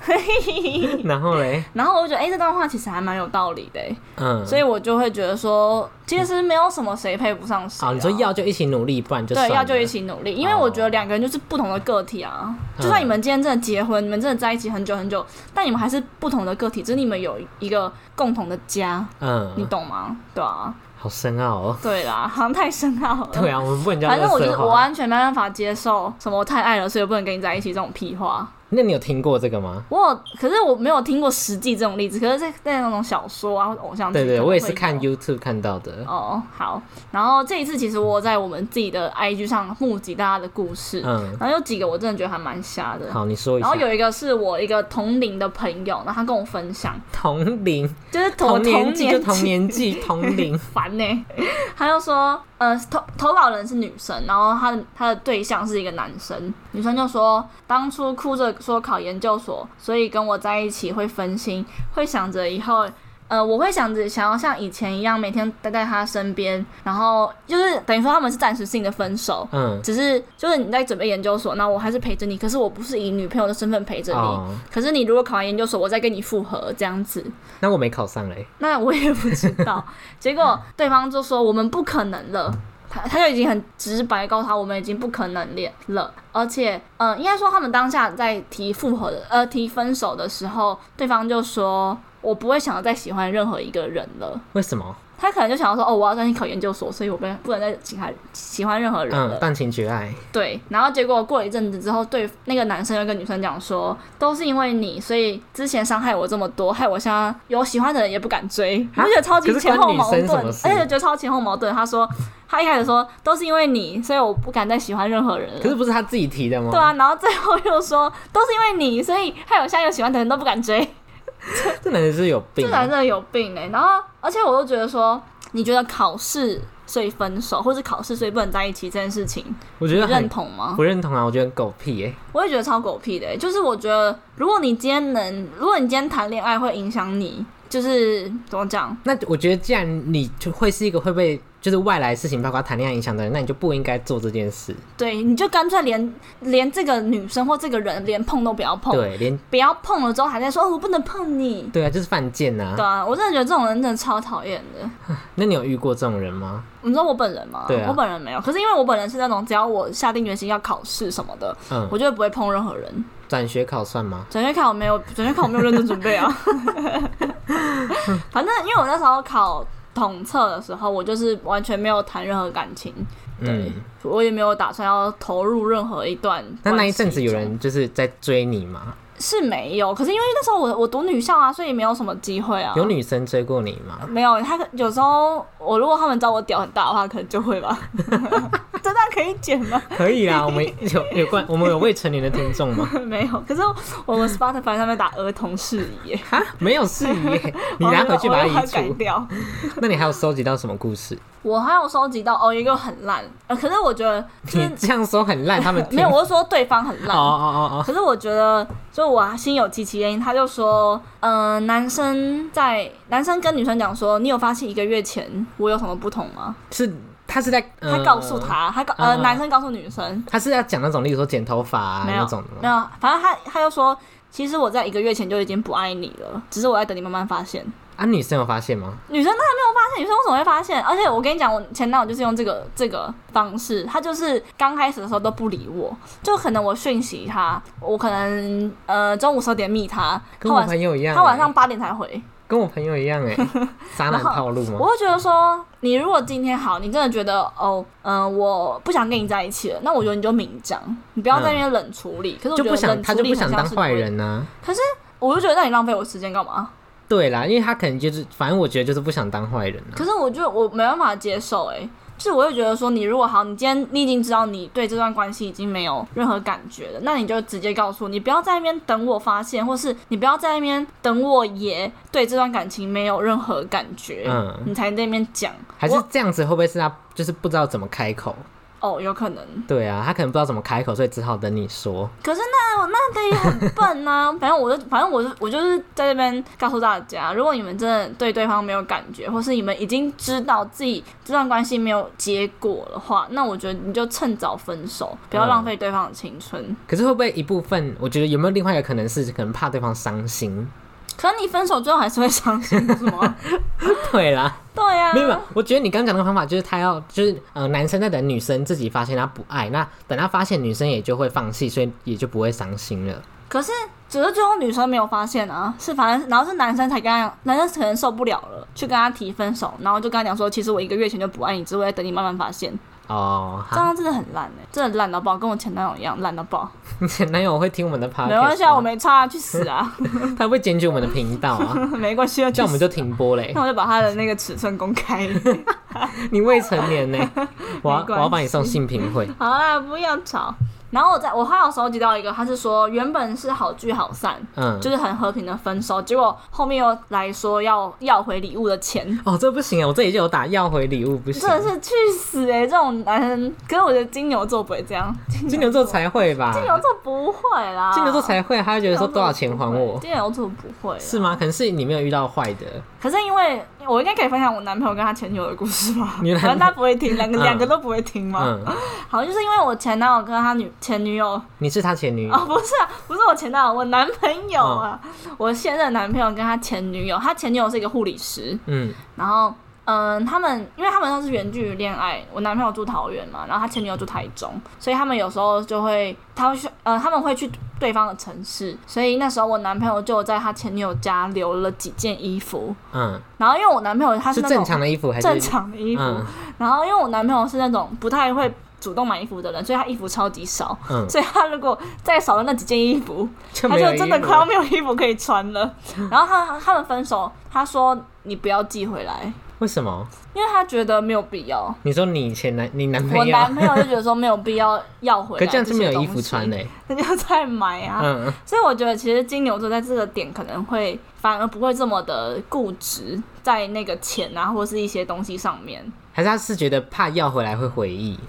Speaker 2: 然后嘞，
Speaker 1: 然后我就觉得，哎、这段话其实还蛮有道理的、欸
Speaker 2: 嗯，
Speaker 1: 所以我就会觉得说，其实没有什么谁配不上谁、啊。
Speaker 2: 好，你说要就一起努力，不然就
Speaker 1: 对，
Speaker 2: 算
Speaker 1: 要
Speaker 2: 了
Speaker 1: 就一。起努力，因为
Speaker 2: 哦
Speaker 1: 我觉得两个人就是不同的个体啊。
Speaker 2: 嗯
Speaker 1: 就算你们今天真的结婚，你们真的在一起很久很久，但你们还是不同的个体，只是你们有一个共同的家，你
Speaker 2: 嗯，
Speaker 1: 懂吗？对啊，
Speaker 2: 好深奥哦。
Speaker 1: 对啦，好像太深奥了。
Speaker 2: 对啊，我们不能叫
Speaker 1: 反正我
Speaker 2: 垃
Speaker 1: 就是
Speaker 2: 圾
Speaker 1: 我啊
Speaker 2: 话。
Speaker 1: 完全没办法接受什么我太爱了，所以我不能跟你在一起这种屁话。
Speaker 2: 那你有听过这个吗？
Speaker 1: 我有，可是我没有听过实际这种例子，可是在在那种小说啊或者偶像剧，
Speaker 2: 对对，我也是
Speaker 1: 看
Speaker 2: 看 YouTube 看到的。
Speaker 1: 哦，好。然后这一次其实我在我们自己的 IG 上募集大家的故事，
Speaker 2: 嗯，
Speaker 1: 然后有几个我真的觉得还蛮瞎的。
Speaker 2: 好，你说一
Speaker 1: 然后
Speaker 2: 下。
Speaker 1: 有一个是我一个同龄的朋友，然后他跟我分享，
Speaker 2: 同龄，
Speaker 1: 就是我
Speaker 2: 同年纪就
Speaker 1: 纪
Speaker 2: 同年纪，同 龄。
Speaker 1: 烦呢、他就说，呃，投投稿人是女生，然后他的他的对象是一个男生。女生就说，当初哭着说考研究所，所以跟我在一起会分心，会想着以后呃，我会想着想要像以前一样，每天待在他身边，然后就是等于说他们是暂时性的分手，
Speaker 2: 嗯，
Speaker 1: 只是就是你在准备研究所，那我还是陪着你，可是我不是以女朋友的身份陪着你。
Speaker 2: 哦，
Speaker 1: 可是你如果考完研究所，我再跟你复合这样子，
Speaker 2: 那我没考上嘞，
Speaker 1: 那我也不知 道。结果对方就说我们不可能了，他他就已经很直白告诉他我们已经不可能恋了，而且呃，应该说他们当下在提复合的呃提分手的时候，对方就说我不会想要再喜欢任何一个人了。
Speaker 2: 为什么？
Speaker 1: 他可能就想要说，哦，我要专心考研究所，所以我不不能再喜欢喜欢任何人了。
Speaker 2: 嗯，断情绝爱，
Speaker 1: 对，然后结果过了一阵子之后，对那个男生又跟女生讲说，都是因为你，所以之前伤害我这么多，害我现在有喜欢的人也不敢追，我
Speaker 2: 啊
Speaker 1: 觉得超级
Speaker 2: 可是
Speaker 1: 前
Speaker 2: 关
Speaker 1: 后
Speaker 2: 女
Speaker 1: 矛盾，
Speaker 2: 生什么
Speaker 1: 而
Speaker 2: 事
Speaker 1: 且觉得超前后矛盾。他说，他一开始说都是因为你，所以我不敢再喜欢任何人
Speaker 2: 可
Speaker 1: 了。
Speaker 2: 是不是他自己提的吗？
Speaker 1: 对啊，然后最后又说都是因为你，所以害我现在有喜欢的人都不敢
Speaker 2: 嗯
Speaker 1: 追，
Speaker 2: 这男的是有病
Speaker 1: 这
Speaker 2: 啊，
Speaker 1: 男的有病哎、然后，而且我都觉得说，你觉得考试所以分手，或是考试所以不能在一起这件事情，
Speaker 2: 我觉
Speaker 1: 你
Speaker 2: 得
Speaker 1: 认
Speaker 2: 很
Speaker 1: 同吗？
Speaker 2: 不认同啊，我觉得很狗屁耶、
Speaker 1: 我也觉得超狗屁的欸、就是我觉得，如果你今天能，如果你今天谈恋爱会影响你，就是怎么讲？
Speaker 2: 那我觉得，既然你就会是一个会被就是外来事情，包括谈恋爱影响的人，那你就不应该做这件事。
Speaker 1: 对，你就干脆连连这个女生或这个人连碰都不要碰，
Speaker 2: 对，连
Speaker 1: 不要碰了之后还在说、哦、我不能碰你。
Speaker 2: 对啊，就是犯贱呐、
Speaker 1: 对啊，我真的觉得这种人真的超讨厌的。
Speaker 2: 那你有遇过这种人吗？
Speaker 1: 你知道我本人吗？
Speaker 2: 对啊
Speaker 1: 我本人没有，可是因为我本人是那种只要我下定决心要考试什么的，
Speaker 2: 嗯，
Speaker 1: 我就不会碰任何人。
Speaker 2: 转学考算吗？
Speaker 1: 转学考没有，转学考没有认真准备啊。 反正因为我那时候考统测的时候，我就是完全没有谈任何感情，对
Speaker 2: 嗯，
Speaker 1: 我也没有打算要投入任何一段。
Speaker 2: 那那一阵子有人就是在追你吗？
Speaker 1: 是没有，可是因为那时候我我读女校啊，所以没有什么机会啊。
Speaker 2: 有女生追过你吗？
Speaker 1: 没有，他可有时候我如果他们知道我屌很大的话，可能就会吧。 这段可以剪吗？
Speaker 2: 可以啊，我们有有关我们有未成年的听众 吗？
Speaker 1: 没有，可是我们 Spotify 上面打儿童事宜耶，
Speaker 2: 哈，没有事宜 耶，你拿回去把它
Speaker 1: 我要
Speaker 2: 移
Speaker 1: 它改
Speaker 2: 除。
Speaker 1: 掉。
Speaker 2: 那你还有收集到什么故事？
Speaker 1: 我还有收集到哦，一个很烂，呃，可是我觉得就是
Speaker 2: 你这样说很烂，他们 听
Speaker 1: 没有，我是说对方很
Speaker 2: 哦
Speaker 1: 烂。
Speaker 2: 哦哦哦，
Speaker 1: 可是我觉得，就我心有戚戚焉，他就说，呃，男生在男生跟女生讲说，你有发现一个月前我有什么不同吗？
Speaker 2: 是他是在
Speaker 1: 他告诉。
Speaker 2: 呃
Speaker 1: 他，他告呃，
Speaker 2: 嗯嗯
Speaker 1: 男生告诉女生，
Speaker 2: 他是要讲那种，例如说剪头发啊
Speaker 1: 没
Speaker 2: 那
Speaker 1: 有
Speaker 2: 种的
Speaker 1: 没
Speaker 2: 吗？
Speaker 1: 有，反正他他就说，其实我在一个月前就已经不爱你了，只是我在等你慢慢发现。
Speaker 2: 啊，女生有发现吗？
Speaker 1: 女生当然没有发现，女生为什么会发现？而且我跟你讲，我前男友就是用这个这个方式，他就是刚开始的时候都不理我，就可能我讯息他，我可能呃中午十二点密他，他
Speaker 2: 跟我
Speaker 1: 晚
Speaker 2: 朋友一样欸、
Speaker 1: 他晚上八点才回，
Speaker 2: 跟我朋友一样 哎、渣男
Speaker 1: 然后
Speaker 2: 套路吗
Speaker 1: 我？会觉得说，你如果今天好，你真的觉得哦，嗯、我不想跟你在一起了，那我觉得你就明讲，你不要在那边冷处理。可是我觉
Speaker 2: 就不
Speaker 1: 得
Speaker 2: 想
Speaker 1: 冷
Speaker 2: 他
Speaker 1: 处
Speaker 2: 就
Speaker 1: 理很
Speaker 2: 不想
Speaker 1: 像
Speaker 2: 当
Speaker 1: 是
Speaker 2: 坏，人呐、
Speaker 1: 我就觉得那你浪费我时间干嘛？
Speaker 2: 对啦，因为他可能就是，反正我觉得就是不想当坏人啊。
Speaker 1: 可是我就我没办法接受、欸，就是我会觉得说，你如果好，你今天你已经知道你对这段关系已经没有任何感觉了，那你就直接告诉我，你不要在那边等我发现，或是你不要在那边等我也对这段感情没有任何感觉，
Speaker 2: 嗯
Speaker 1: 你才在那边讲，
Speaker 2: 还是
Speaker 1: 我
Speaker 2: 这样子会不会是他就是不知道怎么开口？
Speaker 1: 哦，有可能，
Speaker 2: 对啊，他可能不知道怎么开口，所以只好等你说。
Speaker 1: 可是那我那得也很笨呐、 反正我就反正我就我就是在这边告诉大家，如果你们真的对对方没有感觉，或是你们已经知道自己这段关系没有结果的话，那我觉得你就趁早分手，不要
Speaker 2: 嗯
Speaker 1: 浪费对方的青春。
Speaker 2: 可是会不会一部分？我觉得有没有另外一个可能是，可能怕对方伤心？
Speaker 1: 可是你分手最后还是会伤心，不是吗？
Speaker 2: 对啦，
Speaker 1: 对呀、
Speaker 2: 没有，没有我觉得你刚讲的方法就是他要，就是呃，男生在等女生自己发现他不爱，那等他发现女生也就会放弃，所以也就不会伤心了。
Speaker 1: 可是只是最后女生没有发现啊，是反正然后是男生才跟他，男生可能受不了了，去跟他提分手，然后就跟他讲说，其实我一个月前就不爱你，只是我在等你慢慢发现。
Speaker 2: 哦，
Speaker 1: 这
Speaker 2: 好，
Speaker 1: 样真的很烂哎、真的烂到爆，跟我前男友一样烂到爆。
Speaker 2: 你前男友会听我们的 p o d
Speaker 1: 没关系啊，我没差、啊，去死啊，
Speaker 2: 他会检举我们的频道 啊，
Speaker 1: 没关系啊，
Speaker 2: 这样我们就
Speaker 1: 去
Speaker 2: 停播嘞
Speaker 1: 死。那我就把他的那个尺寸公 开。
Speaker 2: 你未成年 呢，我要
Speaker 1: 没关系
Speaker 2: 我要把你送性平会。
Speaker 1: 好啦，不要吵。然后我在我还有收集到一个，他是说原本是好聚好散，
Speaker 2: 嗯，
Speaker 1: 就是很和平的分手，结果后面又来说要要回礼物的钱，
Speaker 2: 哦，这不行啊，我这里就有打要回礼物，不行
Speaker 1: 真，的是去死哎、这种男人，可是我觉得金牛座不会这样，
Speaker 2: 金牛座才会吧？
Speaker 1: 金牛座不会啦，
Speaker 2: 金牛座才会，他会觉
Speaker 1: 金
Speaker 2: 觉得啊
Speaker 1: 牛座
Speaker 2: 说多少钱还
Speaker 1: 不会
Speaker 2: 我。
Speaker 1: 金牛座不会啦
Speaker 2: 是吗？可能是你没有遇到坏的，
Speaker 1: 可是因为我应该可以分享我男朋友跟他前女友的故事吧，
Speaker 2: 你男
Speaker 1: 反正他不会听，两个
Speaker 2: 嗯
Speaker 1: 两、个都不会听嘛。
Speaker 2: 嗯，
Speaker 1: 好，就是因为我前男友跟他女前女友
Speaker 2: 你是他前女友，
Speaker 1: 哦，不是啊，不是我前男友，我男朋友啊，
Speaker 2: 哦
Speaker 1: 我现任男朋友跟他前女友，他前女友是一个护理师，
Speaker 2: 嗯
Speaker 1: 然后嗯，他们因为他们都是远距离恋爱，我男朋友住桃园嘛，然后他前女友住台中，所以他们有时候就会，他会去呃，他们会去对方的城市，所以那时候我男朋友就在他前女友家留了几件衣服，
Speaker 2: 嗯，
Speaker 1: 然后因为我男朋友他
Speaker 2: 是
Speaker 1: 那种
Speaker 2: 正常的衣服还是
Speaker 1: 正常的衣服，
Speaker 2: 嗯
Speaker 1: 然后因为我男朋友是那种不太会主动买衣服的人，所以他衣服超级少，
Speaker 2: 嗯，
Speaker 1: 所以他如果再少了那几件衣服，
Speaker 2: 就
Speaker 1: 他
Speaker 2: 没
Speaker 1: 就
Speaker 2: 有
Speaker 1: 真的
Speaker 2: 衣服
Speaker 1: 快要没有衣服可以穿 了。然后他他们分手，他说你不要寄回来，
Speaker 2: 为什么？
Speaker 1: 因为他觉得没有必要。
Speaker 2: 你说你前男你男
Speaker 1: 我
Speaker 2: 朋友，
Speaker 1: 男朋友就觉得说没有必要要回
Speaker 2: 可
Speaker 1: 来，
Speaker 2: 这样是没有衣服穿 嘞、，
Speaker 1: 那就再买啊。
Speaker 2: 嗯
Speaker 1: 所以我觉得其实金牛座在这个点可能会反而不会这么的固执，在那个钱啊或是一些东西上面。
Speaker 2: 还是他是觉得怕要回来会回忆，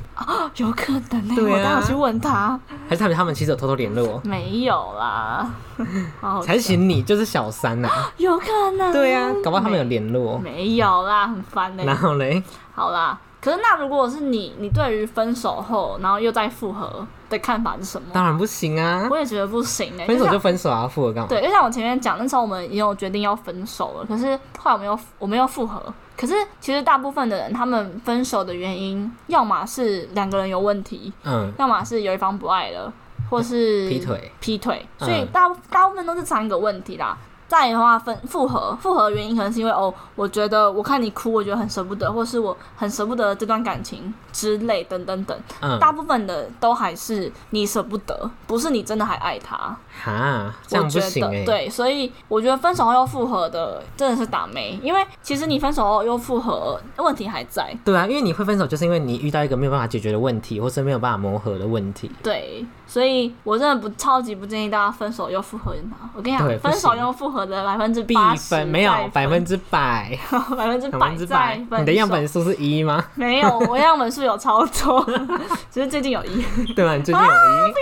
Speaker 1: 有可能呢、
Speaker 2: 对啊
Speaker 1: 我刚有去问他，
Speaker 2: 还是他们他们其实有偷偷联络，
Speaker 1: 没有 啦，哦好
Speaker 2: 才请你就是小三呐、
Speaker 1: 有可能，
Speaker 2: 对啊，搞不好他们有联络，
Speaker 1: 没有啦，很烦呢、
Speaker 2: 然后
Speaker 1: 嗯
Speaker 2: 嘞，
Speaker 1: 好啦，可是那如果是你，你对于分手后然后又再复合的看法是什么？
Speaker 2: 当然不行啊，
Speaker 1: 我也觉得不行呢、
Speaker 2: 分手
Speaker 1: 像
Speaker 2: 就分手啊，复合干嘛？
Speaker 1: 对，就像我前面讲，那时候我们也有决定要分手了，可是后来我们又我们又复合。可是其实大部分的人，他们分手的原因，要么是两个人有问题，
Speaker 2: 嗯，
Speaker 1: 要么是有一方不爱了，或是
Speaker 2: 劈腿，
Speaker 1: 劈腿，
Speaker 2: 嗯
Speaker 1: 所以大、大部分都是三个问题啦。再的话分复合，复合的原因可能是因为哦，我觉得我看你哭，我觉得很舍不得，或是我很舍不得这段感情之类，等等等。
Speaker 2: 嗯，
Speaker 1: 大部分的都还是你舍不得，不是你真的还爱他。
Speaker 2: 哈，这
Speaker 1: 我
Speaker 2: 样
Speaker 1: 觉
Speaker 2: 不
Speaker 1: 得
Speaker 2: 行哎、
Speaker 1: 对，所以我觉得分手后又复合的真的是打没，因为其实你分手后又复合，问题还在。
Speaker 2: 对啊，因为你会分手，就是因为你遇到一个没有办法解决的问题，或是没有办法磨合的问题。
Speaker 1: 对，所以我真的不超级不建议大家分手又复合的嘛。我跟你
Speaker 2: 对
Speaker 1: 讲，
Speaker 2: 不
Speaker 1: 分手
Speaker 2: 行
Speaker 1: 又复合的百分之
Speaker 2: 必
Speaker 1: 八十
Speaker 2: 分没有百分
Speaker 1: 之
Speaker 2: 之百，
Speaker 1: 百分之
Speaker 2: 百
Speaker 1: 百
Speaker 2: 分之
Speaker 1: 在
Speaker 2: 百。
Speaker 1: 分
Speaker 2: 你的样本
Speaker 1: 手？
Speaker 2: 数是一吗
Speaker 1: 没有，我样本数有超多， 只是最近有一。
Speaker 2: 对吧？你最近有
Speaker 1: 啊
Speaker 2: 一？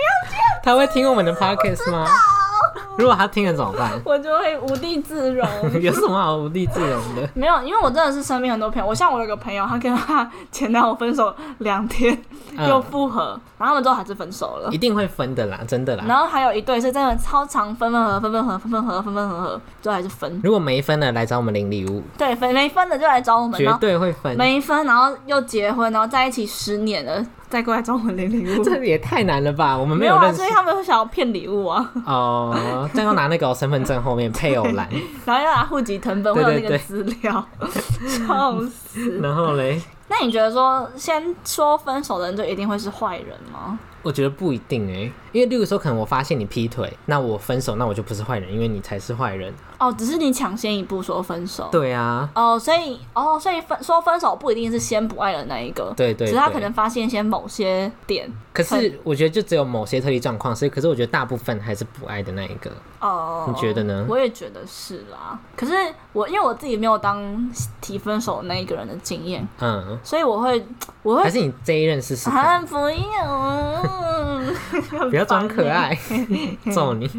Speaker 2: 他会听我们的 podcast 吗？如果他听了怎么办？
Speaker 1: 我就会无地自容。
Speaker 2: 有什么好无地自容 的？
Speaker 1: 没有，因为我真的是身边很多朋友，我像我有个朋友，她跟她前男友分手两天
Speaker 2: 嗯
Speaker 1: 又复合，然后他们都还是分手了
Speaker 2: 一。定会分的啦，真的啦。
Speaker 1: 然后还有一对是真的超常分分合合分分合合分分合合分分合合，最后还是分。
Speaker 2: 如果没分的来找我们领礼物，
Speaker 1: 对，分没分的就来找我们，
Speaker 2: 绝
Speaker 1: 然后
Speaker 2: 对会分。
Speaker 1: 没分，然后又结婚，然后在一起十年了，再过来找我们领 礼物。
Speaker 2: 这也太难了吧？我们没
Speaker 1: 有啊，
Speaker 2: 认识
Speaker 1: 所以他们想要骗礼物啊，
Speaker 2: 哦，这样要拿那个哦身份证后面配偶 栏，
Speaker 1: 然后要拿户籍成本，会有那
Speaker 2: 对
Speaker 1: 个
Speaker 2: 对对
Speaker 1: 资料，笑 死。
Speaker 2: 然后嘞，
Speaker 1: 那你觉得说，先说分手的人就一定会是坏人吗？
Speaker 2: 我觉得不一定哎、因为例如说，可能我发现你劈腿，那我分手，那我就不是坏人，因为你才是坏人。
Speaker 1: 哦，只是你抢先一步说分手。。
Speaker 2: 对啊，
Speaker 1: 哦，所以哦，所以分说分手不一定是先不爱的那一个，
Speaker 2: 对对
Speaker 1: 只是他
Speaker 2: 对
Speaker 1: 可能发现先某些点，
Speaker 2: 可是我觉得就只有某些特例状况，所以可是我觉得大部分还是不爱的那一个。
Speaker 1: 哦，
Speaker 2: 你觉得呢
Speaker 1: 我也觉得是啦。可是我因为我自己没有当提分手那一个人的经验，
Speaker 2: 嗯，
Speaker 1: 所以我会我
Speaker 2: 还
Speaker 1: 会
Speaker 2: 是你这一任试试看，
Speaker 1: 啊不嗯要，
Speaker 2: 不要装可。爱，
Speaker 1: 嗯
Speaker 2: 揍你。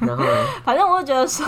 Speaker 2: 然后呢
Speaker 1: 反正我会觉得说，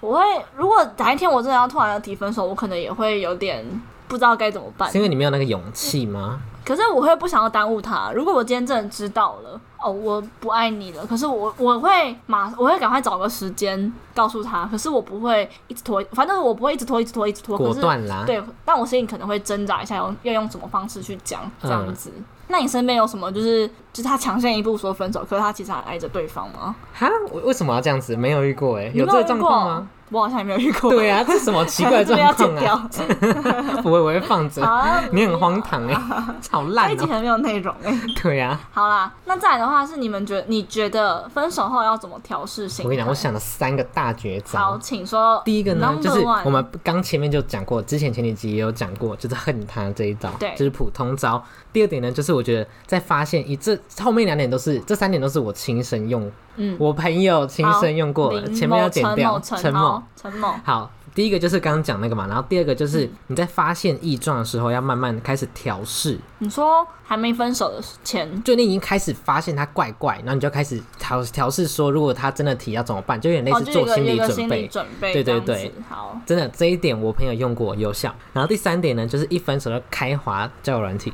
Speaker 1: 我会如果哪一天我真的要突然要提分手，我可能也会有点不知道该怎么办
Speaker 2: 是。因为你没有那个勇气吗？
Speaker 1: 可是我会不想要耽误他。如果我今天真的知道了，哦，我不爱你了，可是我我会马，我会赶快找个时间告诉他。可是我不会一直拖，反正我不会一直拖，一直拖，一直拖。
Speaker 2: 果
Speaker 1: 可是
Speaker 2: 断啦。
Speaker 1: 对，但我心里可能会挣扎一下，用要用什么方式去讲这样
Speaker 2: 嗯
Speaker 1: 子。那你身边有什么就是就是他抢先一步说分手，可是他其实还爱着对方吗？
Speaker 2: 哈，我为什么要这样子？没有遇过哎、
Speaker 1: 你
Speaker 2: 有
Speaker 1: 没
Speaker 2: 这个
Speaker 1: 遇
Speaker 2: 状
Speaker 1: 过
Speaker 2: 况吗？？
Speaker 1: 我好像也没有遇过。
Speaker 2: 对啊，这什么奇怪的
Speaker 1: 这边 要
Speaker 2: 状
Speaker 1: 剪
Speaker 2: 况啊？
Speaker 1: 掉。
Speaker 2: 不会，我会放 着。
Speaker 1: 啊，
Speaker 2: 你很荒 唐哎、好
Speaker 1: 这
Speaker 2: 烂
Speaker 1: 一集
Speaker 2: 哦、
Speaker 1: 很没有内容哎、
Speaker 2: 对啊。
Speaker 1: 好啦，那再来的话是你们觉得你觉得分手后要怎么调试心态？
Speaker 2: 我跟你讲，我想了三个大绝
Speaker 1: 好，
Speaker 2: 招。
Speaker 1: 请说。
Speaker 2: 第一个呢，就是
Speaker 1: Number one
Speaker 2: 我们刚前面就讲过，之前前几集也有讲过，就是恨他这一招，
Speaker 1: 对
Speaker 2: 就是普通招。第二点呢，就是我觉得在发现一这后面两点都是这三点都是我亲身用，
Speaker 1: 嗯，
Speaker 2: 我朋友亲身用过了，
Speaker 1: 林
Speaker 2: 前面要剪掉
Speaker 1: 某陈
Speaker 2: 陈某
Speaker 1: 某。陈某
Speaker 2: 好，第一个就是刚刚讲那个嘛，然后第二个就是你在发现异状的时候，要慢慢开始调试。
Speaker 1: 你说还没分手的前
Speaker 2: 就你已经开始发现他怪怪，然后你就开始调调试说，如果他真的提要怎么办，就有点类
Speaker 1: 哦，
Speaker 2: 似
Speaker 1: 就
Speaker 2: 做
Speaker 1: 有一个有
Speaker 2: 心理
Speaker 1: 一个
Speaker 2: 准
Speaker 1: 心理
Speaker 2: 备。
Speaker 1: 准备，
Speaker 2: 对
Speaker 1: 这样
Speaker 2: 对对
Speaker 1: 子，好，
Speaker 2: 真的这一点我朋友用过有效。然后第三点呢，就是一分手就开滑交友软体，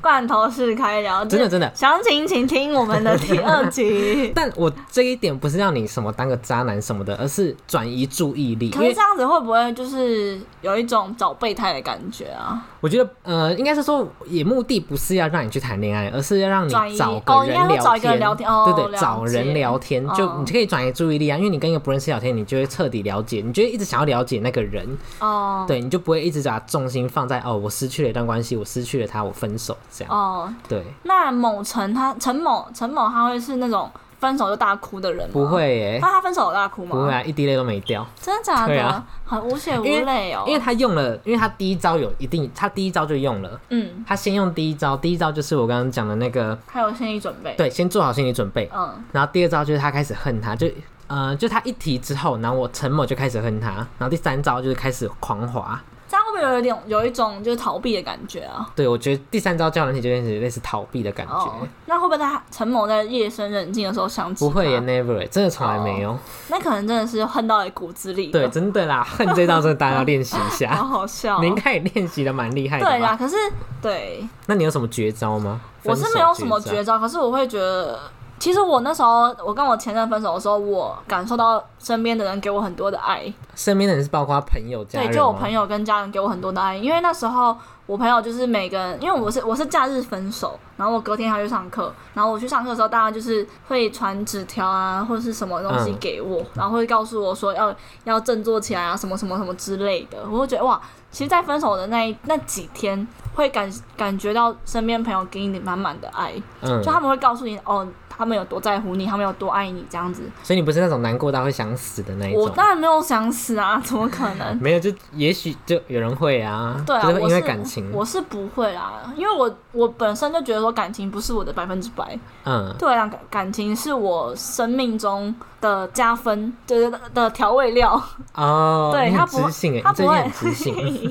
Speaker 1: 罐头式开聊，
Speaker 2: 真的真的。。
Speaker 1: 详情请听我们的第二集
Speaker 2: 但我这一点不是让你什么当个渣男什么的，而是转移注意力。因
Speaker 1: 可是
Speaker 2: 为
Speaker 1: 这样子会不会就是有一种找备胎的感觉啊？
Speaker 2: 我觉得，呃，应该是说，也目的不是要让你去谈恋爱，而是要让
Speaker 1: 转移
Speaker 2: 你找
Speaker 1: 哦
Speaker 2: 个
Speaker 1: 应该
Speaker 2: 人
Speaker 1: 说找一个人
Speaker 2: 聊
Speaker 1: 聊天哦
Speaker 2: 对对，
Speaker 1: 了
Speaker 2: 找
Speaker 1: 解
Speaker 2: 人聊天，就
Speaker 1: 嗯
Speaker 2: 你可以转移注意力啊，因为你跟一个不认识聊天，你就会彻底了解，你就会一直想要了解那个人，
Speaker 1: 哦，
Speaker 2: 对，你就不会一直把重心放在哦，我失去了一段关系，我失去了他，我分手这样，
Speaker 1: 哦，
Speaker 2: 对，
Speaker 1: 那某陈他陈某陈某他会是那种分手就大哭的人吗？
Speaker 2: 不，会耶、
Speaker 1: 那他分手有大哭吗？
Speaker 2: 不会啊，一滴泪都没掉，
Speaker 1: 真的假
Speaker 2: 对
Speaker 1: 的？
Speaker 2: 啊
Speaker 1: 很无血无
Speaker 2: 因为
Speaker 1: 泪哦。
Speaker 2: 因为他用了，因为他第一招有一定，他第一招就用了，
Speaker 1: 嗯，
Speaker 2: 他先用第一招，第一招就是我刚刚讲的那个，
Speaker 1: 他有心理准备。，
Speaker 2: 对，先做好心理准备，
Speaker 1: 嗯，
Speaker 2: 然后第二招就是他开始恨他，就呃，就他一提之后，然后我陈某就开始恨他，然后第三招就是开始狂滑。
Speaker 1: 这样会不会有一点有一种就是逃避的感觉啊？
Speaker 2: 对，我觉得第三招交友软体就有点类似逃避的感觉，
Speaker 1: 哦，那会不会在他陈某在夜深人静的时候想起
Speaker 2: 不会
Speaker 1: 他
Speaker 2: 耶，never，耶真的从来没有。
Speaker 1: 那可能真的是恨到了骨子里。
Speaker 2: 对，，真的啦，恨这招真的大家要练习一
Speaker 1: 好
Speaker 2: 下。
Speaker 1: 好笑哦、
Speaker 2: 你应该也练习的蛮厉害的
Speaker 1: 对啦，
Speaker 2: 吧？
Speaker 1: 可是对
Speaker 2: 那你有什么绝招吗？
Speaker 1: 我是没有什么
Speaker 2: 分手
Speaker 1: 绝招，可是我会觉得，其实我那时候我跟我前任分手的时候，我感受到身边的人给我很多的爱，
Speaker 2: 身边的人是包括朋友、家人
Speaker 1: 对，
Speaker 2: 吗
Speaker 1: 就我朋友跟家人给我很多的爱，因为那时候我朋友就是每个人，因为我是我是假日分手，然后我隔天还要去上课，然后我去上课的时候，大家就是会传纸条啊或者是什么东西
Speaker 2: 嗯
Speaker 1: 给我，然后会告诉我说要要振作起来啊，什么什么什么之类的，我会觉得哇，其实，在分手的那一那几天，会感感觉到身边朋友给你满满的爱，
Speaker 2: 嗯
Speaker 1: 就，他们会告诉你哦，他们有多在乎你，他们有多爱你这样子。
Speaker 2: 所以你不是那种难过到会想死的那一
Speaker 1: 我
Speaker 2: 种。
Speaker 1: 当然没有想死啊，怎么可能？
Speaker 2: 没有，就也许就有人会啊，
Speaker 1: 对啊，
Speaker 2: 就是会
Speaker 1: 我
Speaker 2: 因为
Speaker 1: 是
Speaker 2: 感情，
Speaker 1: 我是不会啦，因为我我本身就觉得说感情不是我的百分之百，
Speaker 2: 嗯，
Speaker 1: 对啊，感感情是我生命中的加分，就是的的调味料，
Speaker 2: 哦，
Speaker 1: 对
Speaker 2: 你
Speaker 1: 他
Speaker 2: 很
Speaker 1: 不会
Speaker 2: 知性哎，
Speaker 1: 他
Speaker 2: 你最
Speaker 1: 不
Speaker 2: 近
Speaker 1: 会
Speaker 2: 很知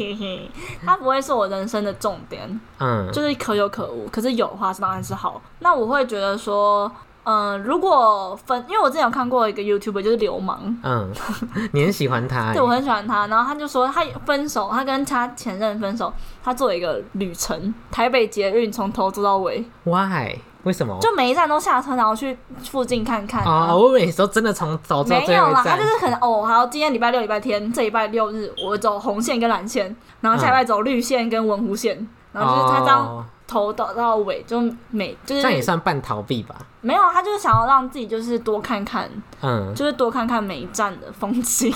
Speaker 2: 性，
Speaker 1: 它不会是我人生的重点，
Speaker 2: 嗯，
Speaker 1: 就是可有可无。可是有的话，当然是好。那我会觉得说，嗯、如果分，因为我之前有看过一个 YouTube 就是流氓，
Speaker 2: 嗯，你很喜欢他欸
Speaker 1: 对，我很喜欢他。然后他就说他分手，他跟他前任分手，他做了一个旅程，台北捷运从头坐到尾，
Speaker 2: ，Why？为什么？
Speaker 1: 就每一站都下车，然后去附近看看、啊。
Speaker 2: 哦啊，我以为你说真的从走到
Speaker 1: 没
Speaker 2: 最
Speaker 1: 有
Speaker 2: 后
Speaker 1: 啦，
Speaker 2: 一
Speaker 1: 他
Speaker 2: 站
Speaker 1: 就，是可能哦，好，今天礼拜六、礼拜天，这礼拜六日我走红线跟蓝线，然
Speaker 2: 嗯
Speaker 1: 后下礼拜走绿线跟文湖线，然后就是他这样
Speaker 2: 哦，
Speaker 1: 头到到尾，就每就
Speaker 2: 这样也
Speaker 1: 是
Speaker 2: 算半逃避吧？
Speaker 1: 没有，啊他就是想要让自己就是多看看，
Speaker 2: 嗯，
Speaker 1: 就是多看看每一站的风景。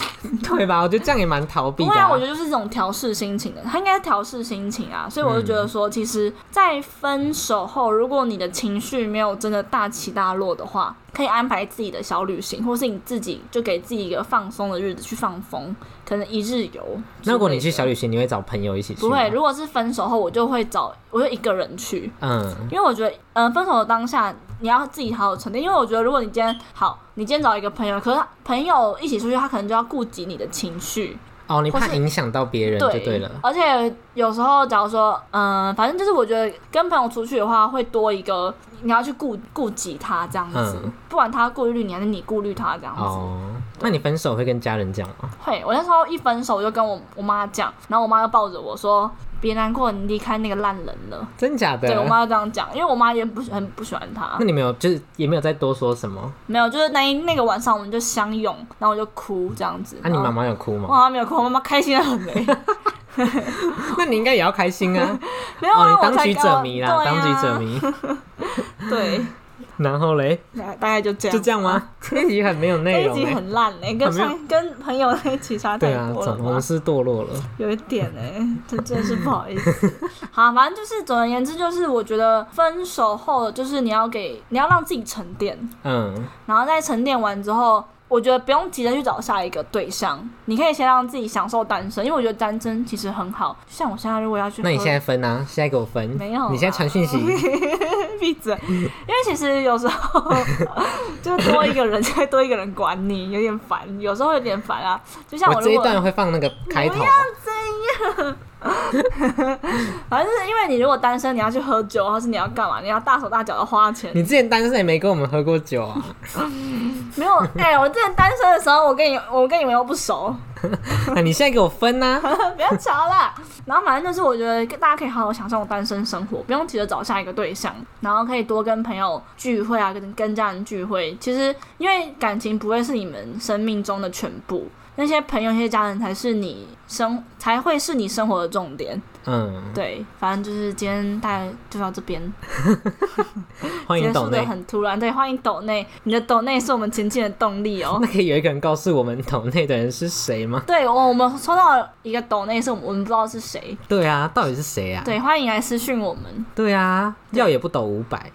Speaker 2: 对吧？我觉得这样也蛮逃避
Speaker 1: 不
Speaker 2: 的
Speaker 1: 会啊，我觉得
Speaker 2: 啊。
Speaker 1: 就是这种调试心情的，他应该调试心情啊，所以我就觉
Speaker 2: 嗯
Speaker 1: 得说，其实，在分手后，如果你的情绪没有真的大起大落的话，可以安排自己的小旅行，或是你自己就给自己一个放松的日子去放风，可能一日游之类的。
Speaker 2: 那如果你去小旅行，你会找朋友一起去？
Speaker 1: 不会，，如果是分手后，我就会找，我就一个人去，
Speaker 2: 嗯，
Speaker 1: 因为我觉得，嗯、分手的当下你要自己好好沉淀，因为我觉得如果你今天好，你今天找一个朋友，可是他朋友一起出去，他可能就要顾及你的情绪，
Speaker 2: 哦，你
Speaker 1: 或
Speaker 2: 怕
Speaker 1: 是
Speaker 2: 影响到别人就对了。
Speaker 1: 而且有时候，假如说，嗯、反正就是我觉得跟朋友出去的话，会多一个你要去顾顾及他这样子，
Speaker 2: 嗯
Speaker 1: 不管他顾虑你还是你顾虑他这样子。
Speaker 2: 哦，那你分手会跟家人讲吗？
Speaker 1: 会，我那时候一分手我就跟我我妈讲，然后我妈就抱着我说：“别难过，你离开那个烂人了。
Speaker 2: 真假的？
Speaker 1: 对我妈就这样讲，因为我妈也不很不喜欢 他
Speaker 2: 那，你没有，就是也没有再多说什么？
Speaker 1: 没有，就是那一那个晚上我们就相拥，然后我就哭这样子。
Speaker 2: 啊那你
Speaker 1: 然后
Speaker 2: 妈妈有哭
Speaker 1: 我
Speaker 2: 吗？
Speaker 1: 妈妈没有哭，我妈妈开心的很欸嘞。
Speaker 2: 那你应该也要开心啊！
Speaker 1: 没有
Speaker 2: 哦，
Speaker 1: 啊，
Speaker 2: 你
Speaker 1: 我
Speaker 2: 当
Speaker 1: 才
Speaker 2: 局
Speaker 1: 刚
Speaker 2: 者迷啦，
Speaker 1: 对
Speaker 2: 当局者
Speaker 1: 啊
Speaker 2: 迷。
Speaker 1: 对，
Speaker 2: 然后嘞，
Speaker 1: 大大概就这样，
Speaker 2: 就这样吗？这一集很没有内
Speaker 1: 啊这一
Speaker 2: 容、
Speaker 1: 集
Speaker 2: 欸。
Speaker 1: 很烂哎、跟
Speaker 2: 很
Speaker 1: 上跟朋友在一起差太
Speaker 2: 对啊，
Speaker 1: 多了
Speaker 2: 总
Speaker 1: 吧
Speaker 2: 红是堕落了。
Speaker 1: 有一点哎、这真的是不好意思。 好，反正就是总而言之，就是我觉得分手后，就是你要给你要让自己沉淀，
Speaker 2: 嗯，
Speaker 1: 然后在沉淀完之后，我觉得不用急着去找下一个对象，你可以先让自己享受单身，因为我觉得单身其实很好。就像我现在如果要去喝，
Speaker 2: 那你现 在分啊？现在给我分？
Speaker 1: 没有啊
Speaker 2: 你现在传 讯息，
Speaker 1: 闭嘴， 因为其实有时候就多一个人，再多一个人管你，有点烦，有时候会有点烦啊。就像啊
Speaker 2: 我
Speaker 1: 如
Speaker 2: 这
Speaker 1: 果
Speaker 2: 一段会放那个开头。啊
Speaker 1: 不要这样，反正就是因为你如果单身，你要去喝酒，或是你要干嘛，你要大手大脚的花钱。
Speaker 2: 你之前单身也没跟我们喝过酒 啊？
Speaker 1: 没有，哎、我之前单身的时候，我跟你，我跟你们又不熟，
Speaker 2: 那你现在给我分啊呐、
Speaker 1: 不要吵啦。然后反正就是，我觉得大家可以好好享受单身生活，不用急着找下一个对象，然后可以多跟朋友聚会啊，跟跟家人聚会。其实因为感情不会是你们生命中的全部，那些朋友、那些家人才是你生才会是你生活的重点。
Speaker 2: 嗯，
Speaker 1: 对，反正就是今天大概就到这边，
Speaker 2: 欢迎
Speaker 1: 结
Speaker 2: 抖
Speaker 1: 束
Speaker 2: 内
Speaker 1: 的。很突然。对，欢迎抖内，你的抖内是我们前进的动力 哦。
Speaker 2: 那可以有一个人告诉我们抖内的人是谁吗？
Speaker 1: 对，我我们收到了一个抖内，是我们我们不知道是谁。
Speaker 2: 对啊，到底是谁啊？
Speaker 1: 对，欢迎来私讯我们，
Speaker 2: 对啊，要也不抖五百，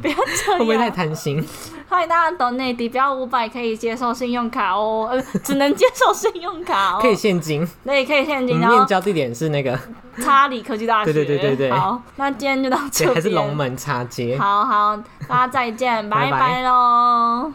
Speaker 1: 不要这样。
Speaker 2: 会不会太贪心？
Speaker 1: 欢迎大家抖内底，不要五百可以接受信用卡哦，呃，只能接受信用卡哦。
Speaker 2: 可以，现金，
Speaker 1: 对，可以现
Speaker 2: 你
Speaker 1: 金，然后
Speaker 2: 面交地点是那个，
Speaker 1: 插理科技大学。
Speaker 2: 对对对对对
Speaker 1: 好，那今 天就到这
Speaker 2: 对，
Speaker 1: 边。
Speaker 2: 还是龙。门茶街？
Speaker 1: 好好，大家再见，拜
Speaker 2: 拜拜
Speaker 1: 拜喽。